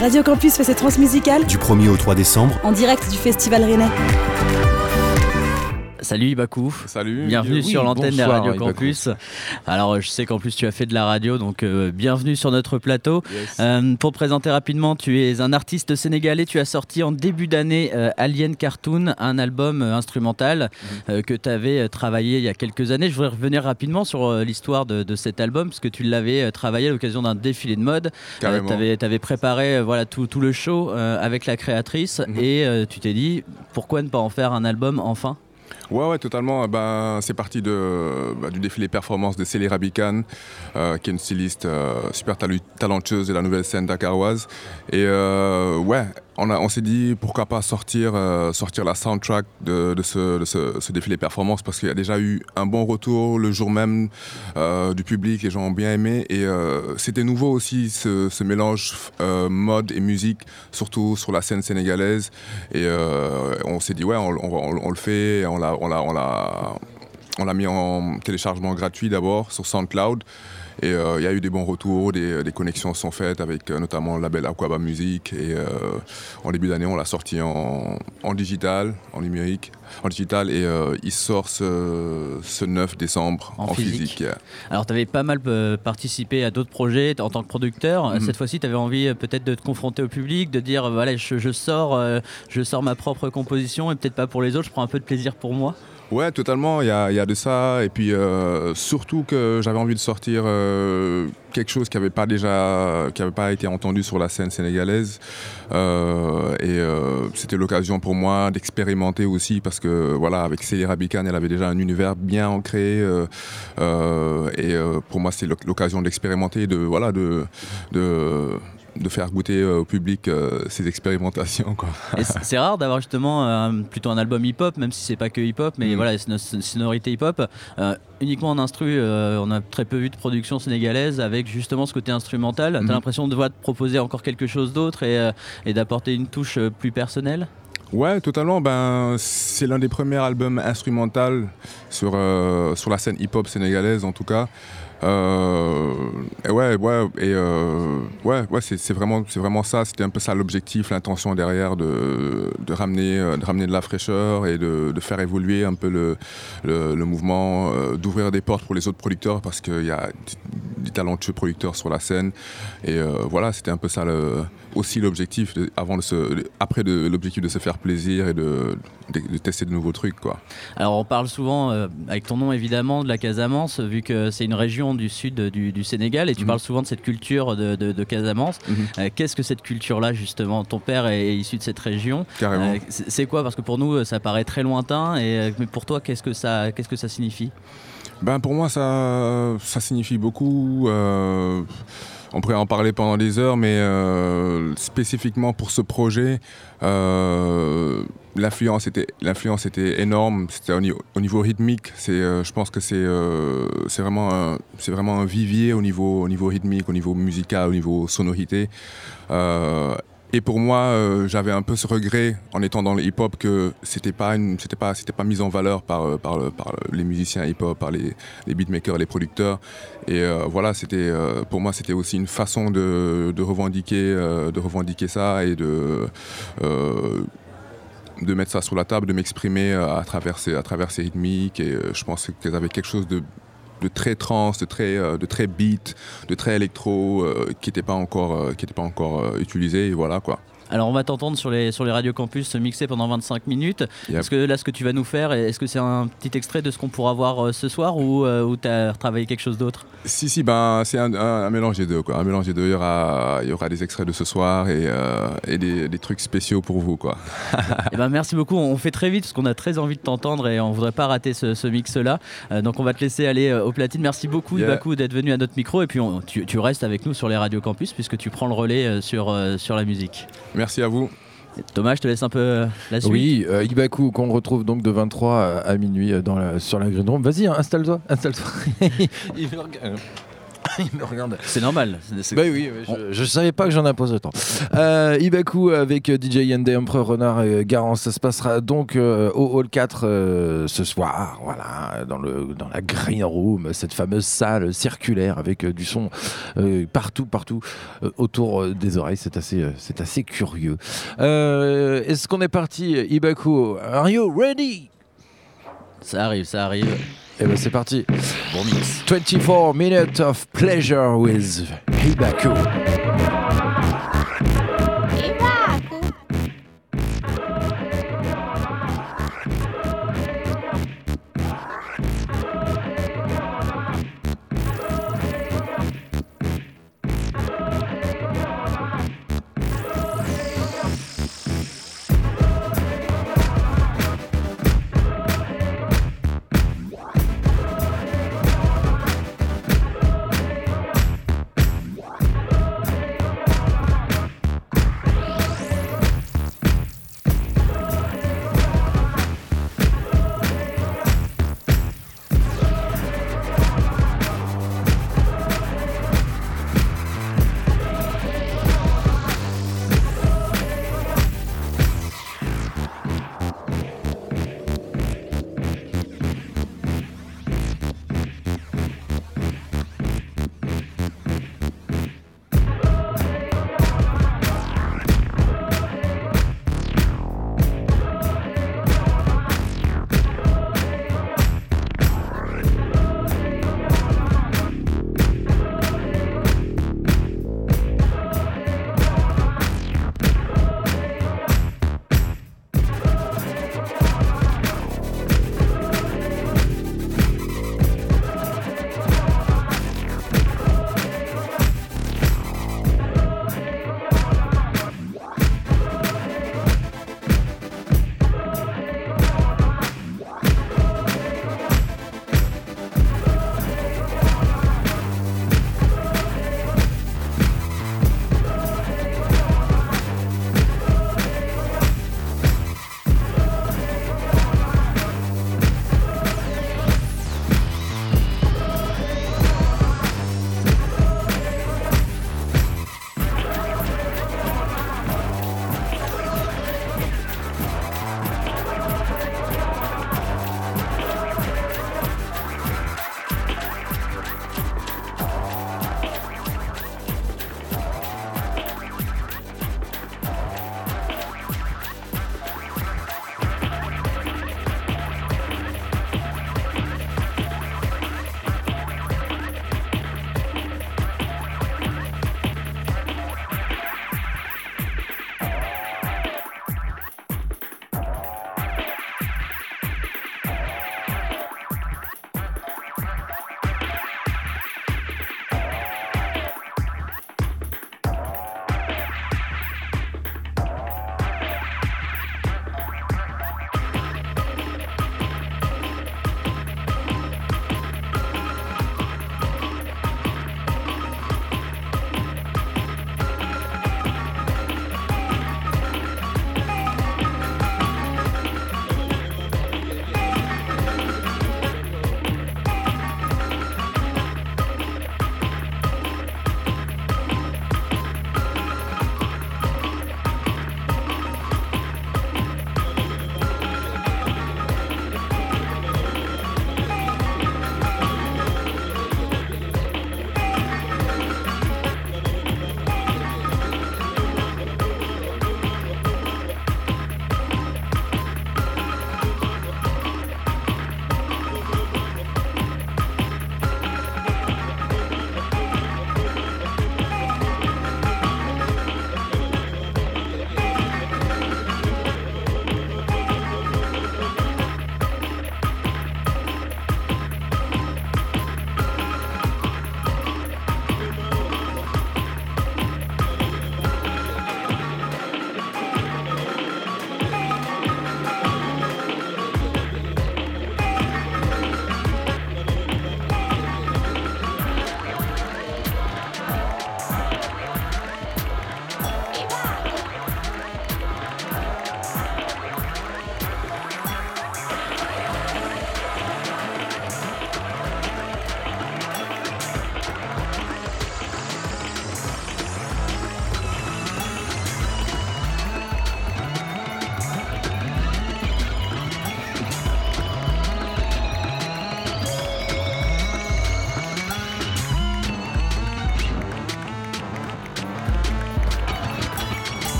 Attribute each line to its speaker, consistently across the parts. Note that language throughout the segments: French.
Speaker 1: Radio Campus fait ses transmusicales
Speaker 2: Du 1er au 3 décembre,
Speaker 1: en direct du Festival Rennais.
Speaker 3: Salut Ibakou.
Speaker 4: Salut.
Speaker 3: Bienvenue
Speaker 4: Oui,
Speaker 3: sur l'antenne de la
Speaker 4: bonsoir,
Speaker 3: Radio
Speaker 4: Ibaku.
Speaker 3: Campus. Alors, je sais qu'en plus tu as fait de la radio, donc euh, bienvenue sur notre plateau.
Speaker 4: Yes.
Speaker 3: Euh, pour présenter rapidement, tu es un artiste sénégalais. Tu as sorti en début d'année euh, Alien Cartoon, un album euh, instrumental
Speaker 4: Mhm.
Speaker 3: euh, que tu avais euh, travaillé il y a quelques années. Je voudrais revenir rapidement sur euh, l'histoire de, de cet album, parce que tu l'avais euh, travaillé à l'occasion d'un défilé de mode.
Speaker 4: Carrément.
Speaker 3: tu avais, préparé euh, voilà, tout, tout le show euh, avec la créatrice
Speaker 4: Mhm.
Speaker 3: et euh, tu t'es dit pourquoi ne pas en faire un album enfin
Speaker 4: Ouais, ouais, totalement. Ben, c'est parti de, bah, du défilé performance de Célie Rabican, euh, qui est une styliste euh, super talu- talentueuse de la nouvelle scène dakaroise. Et euh, ouais, on, a- on s'est dit pourquoi pas sortir, euh, sortir la soundtrack de, de ce, de ce- ce défilé performance parce qu'il y a déjà eu un bon retour le jour même euh, du public, les gens ont bien aimé. Et euh, c'était nouveau aussi ce, ce mélange euh, mode et musique, surtout sur la scène sénégalaise. Et euh, on s'est dit, ouais, on, on, on- on le fait, on l'a, on l'a, on l'a, on l'a mis en téléchargement gratuit d'abord sur SoundCloud. Et euh, il y a eu des bons retours, des, des connexions sont faites avec euh, notamment le label Aquaba Music. Et euh, en début d'année, on l'a sorti en, en digital, en numérique, en digital. Et euh, il sort ce, ce 9 décembre
Speaker 3: En
Speaker 4: en,
Speaker 3: physique.
Speaker 4: physique.
Speaker 3: Alors, tu avais pas mal euh, participé à d'autres projets en tant que producteur.
Speaker 4: Mhm.
Speaker 3: Cette fois-ci, tu avais envie euh, peut-être de te confronter au public, de dire voilà, je, je sors, euh, je sors ma propre composition et peut-être pas pour les autres, je prends un peu de plaisir pour moi.
Speaker 4: Ouais, totalement, il y a, il y a de ça. Et puis euh, surtout que j'avais envie de sortir euh, quelque chose qui n'avait pas déjà qui avait pas été entendu sur la scène sénégalaise. Euh, et euh, c'était l'occasion pour moi d'expérimenter aussi parce que voilà, avec Célie Rabican, elle avait déjà un univers bien ancré. euh, euh, et euh, pour moi, c'est l'oc- l'occasion d'expérimenter, de voilà, de, de, de faire goûter euh, au public euh, ces expérimentations. Quoi.
Speaker 3: Et c- c'est rare d'avoir justement euh, plutôt un album hip-hop, même si c'est pas que hip-hop, mais
Speaker 4: Mhm.
Speaker 3: voilà, c'est une c'est une sonorité hip-hop. Euh, uniquement en instru, euh, on a très peu vu de production sénégalaise avec justement ce côté instrumental.
Speaker 4: Mhm.
Speaker 3: T'as l'impression de devoir te proposer encore quelque chose d'autre et, euh, et d'apporter une touche euh, plus personnelle
Speaker 4: Ouais, totalement. Ben, c'est l'un des premiers albums instrumentaux sur, euh, sur la scène hip-hop sénégalaise, en tout cas. Euh, et ouais, ouais, et euh, ouais, ouais, c'est c'est vraiment, c'est vraiment ça. C'était un peu ça l'objectif, l'intention derrière de, de ramener, euh, de ramener de la fraîcheur et de, de faire évoluer un peu le, le, le mouvement, euh, d'ouvrir des portes pour les autres producteurs parce qu'il y a des- des talentueux producteurs sur la scène. Et euh, voilà, c'était un peu ça le, aussi l'objectif de- avant de se, après de l'objectif de se faire plaisir et de, de, de tester de nouveaux trucs, quoi.
Speaker 3: Alors on parle souvent, euh, avec ton nom évidemment, de la Casamance, vu que c'est une région du sud euh, du, du Sénégal, et tu
Speaker 4: Mhm.
Speaker 3: parles souvent de cette culture de, de- de Casamance.
Speaker 4: Mhm.
Speaker 3: Euh, Qu'est-ce que cette culture-là, justement Ton père est, est issu de cette région.
Speaker 4: Carrément.
Speaker 3: Euh, c'est c'est quoi Parce que pour nous, euh, ça paraît très lointain, et, euh, mais pour toi, qu'est-ce que ça, qu'est-ce que ça signifie
Speaker 4: Ben pour moi, ça, ça signifie beaucoup. euh, on pourrait en parler pendant des heures, mais euh, spécifiquement pour ce projet, euh, l'influence était, l'influence était énorme. C'était au niveau, au niveau rythmique. C'est, euh, je pense que c'est, euh, c'est vraiment, un, c'est vraiment un vivier au niveau, au niveau rythmique, au niveau musical, au niveau sonorité. Euh, et pour moi, euh, j'avais un peu ce regret en étant dans le hip-hop que c'était pas une- c'était pas, c'était pas mis en valeur par, euh, par, le- par le- les musiciens hip-hop, par les, les beatmakers, les producteurs. Et euh, voilà, c'était, euh, pour moi, c'était aussi une façon de, de revendiquer, euh, de revendiquer ça et de, euh, de mettre ça sur la table, de m'exprimer euh, à travers ces, à travers ces rythmiques. Et euh, je pense qu'elles avaient quelque chose de de très trans, de très, euh, de très beat, de très électro, euh, qui n'était pas encore, euh, qui était pas encore euh, utilisé, et voilà quoi.
Speaker 3: Alors on va t'entendre sur les, sur les radios campus se mixer pendant 25 minutes.
Speaker 4: Yep.
Speaker 3: Est-ce que là, ce que tu vas nous faire, est-ce que c'est un petit extrait de ce qu'on pourra voir euh, ce soir, ou, euh, ou t'as travaillé quelque chose d'autre
Speaker 4: Si, si, ben, c'est un, un- un mélange des deux. Quoi. Un mélange des deux. Il y aura, il y aura des extraits de ce soir et, euh, et des, des trucs spéciaux pour vous. Quoi.
Speaker 3: Eh ben, merci beaucoup. On fait très vite parce qu'on a très envie de t'entendre et on voudrait pas rater ce, ce mix-là. Euh, donc on va te laisser aller euh, au platine. Merci beaucoup
Speaker 4: Yeah.
Speaker 3: Ibaku d'être venu à notre micro et puis on- tu, tu restes avec nous sur les radios campus puisque tu prends le relais euh, sur, euh, sur la musique.
Speaker 4: Merci à vous.
Speaker 3: Thomas, je te laisse un peu euh, la suite.
Speaker 5: Oui, euh, Ibaku, qu'on retrouve donc de 23 à, à minuit euh, dans la- sur la Green Room. Vas-y, hein, installe-toi, installe-toi. Il veut regarder. il me regarde.
Speaker 3: C'est normal. C'est- c'est-
Speaker 5: Bah oui, oui, je, je savais pas que j'en impose autant. Euh, Ibaku avec euh, DJ Yende, Empereur Renard et euh, Garance. Ça se passera donc euh, au Hall 4 euh, ce soir, voilà, dans, le, dans la Green Room, cette fameuse salle circulaire avec euh, du son euh, partout, partout euh, autour euh, des oreilles. C'est assez, euh, c'est assez curieux. Euh, Est-ce qu'on est parti, Ibaku Are you ready
Speaker 3: Ça arrive, ça arrive.
Speaker 5: Eh ben c'est parti.
Speaker 3: Bon mix.
Speaker 5: 24 minutes of pleasure with Ibaku.
Speaker 2: Ibaku,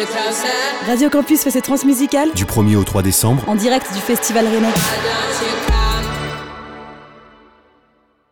Speaker 6: it's outside.
Speaker 1: Radio Campus fait ses transmusicales
Speaker 2: Du 1er au 3 décembre,
Speaker 1: en direct du Festival Rennais.
Speaker 6: I got you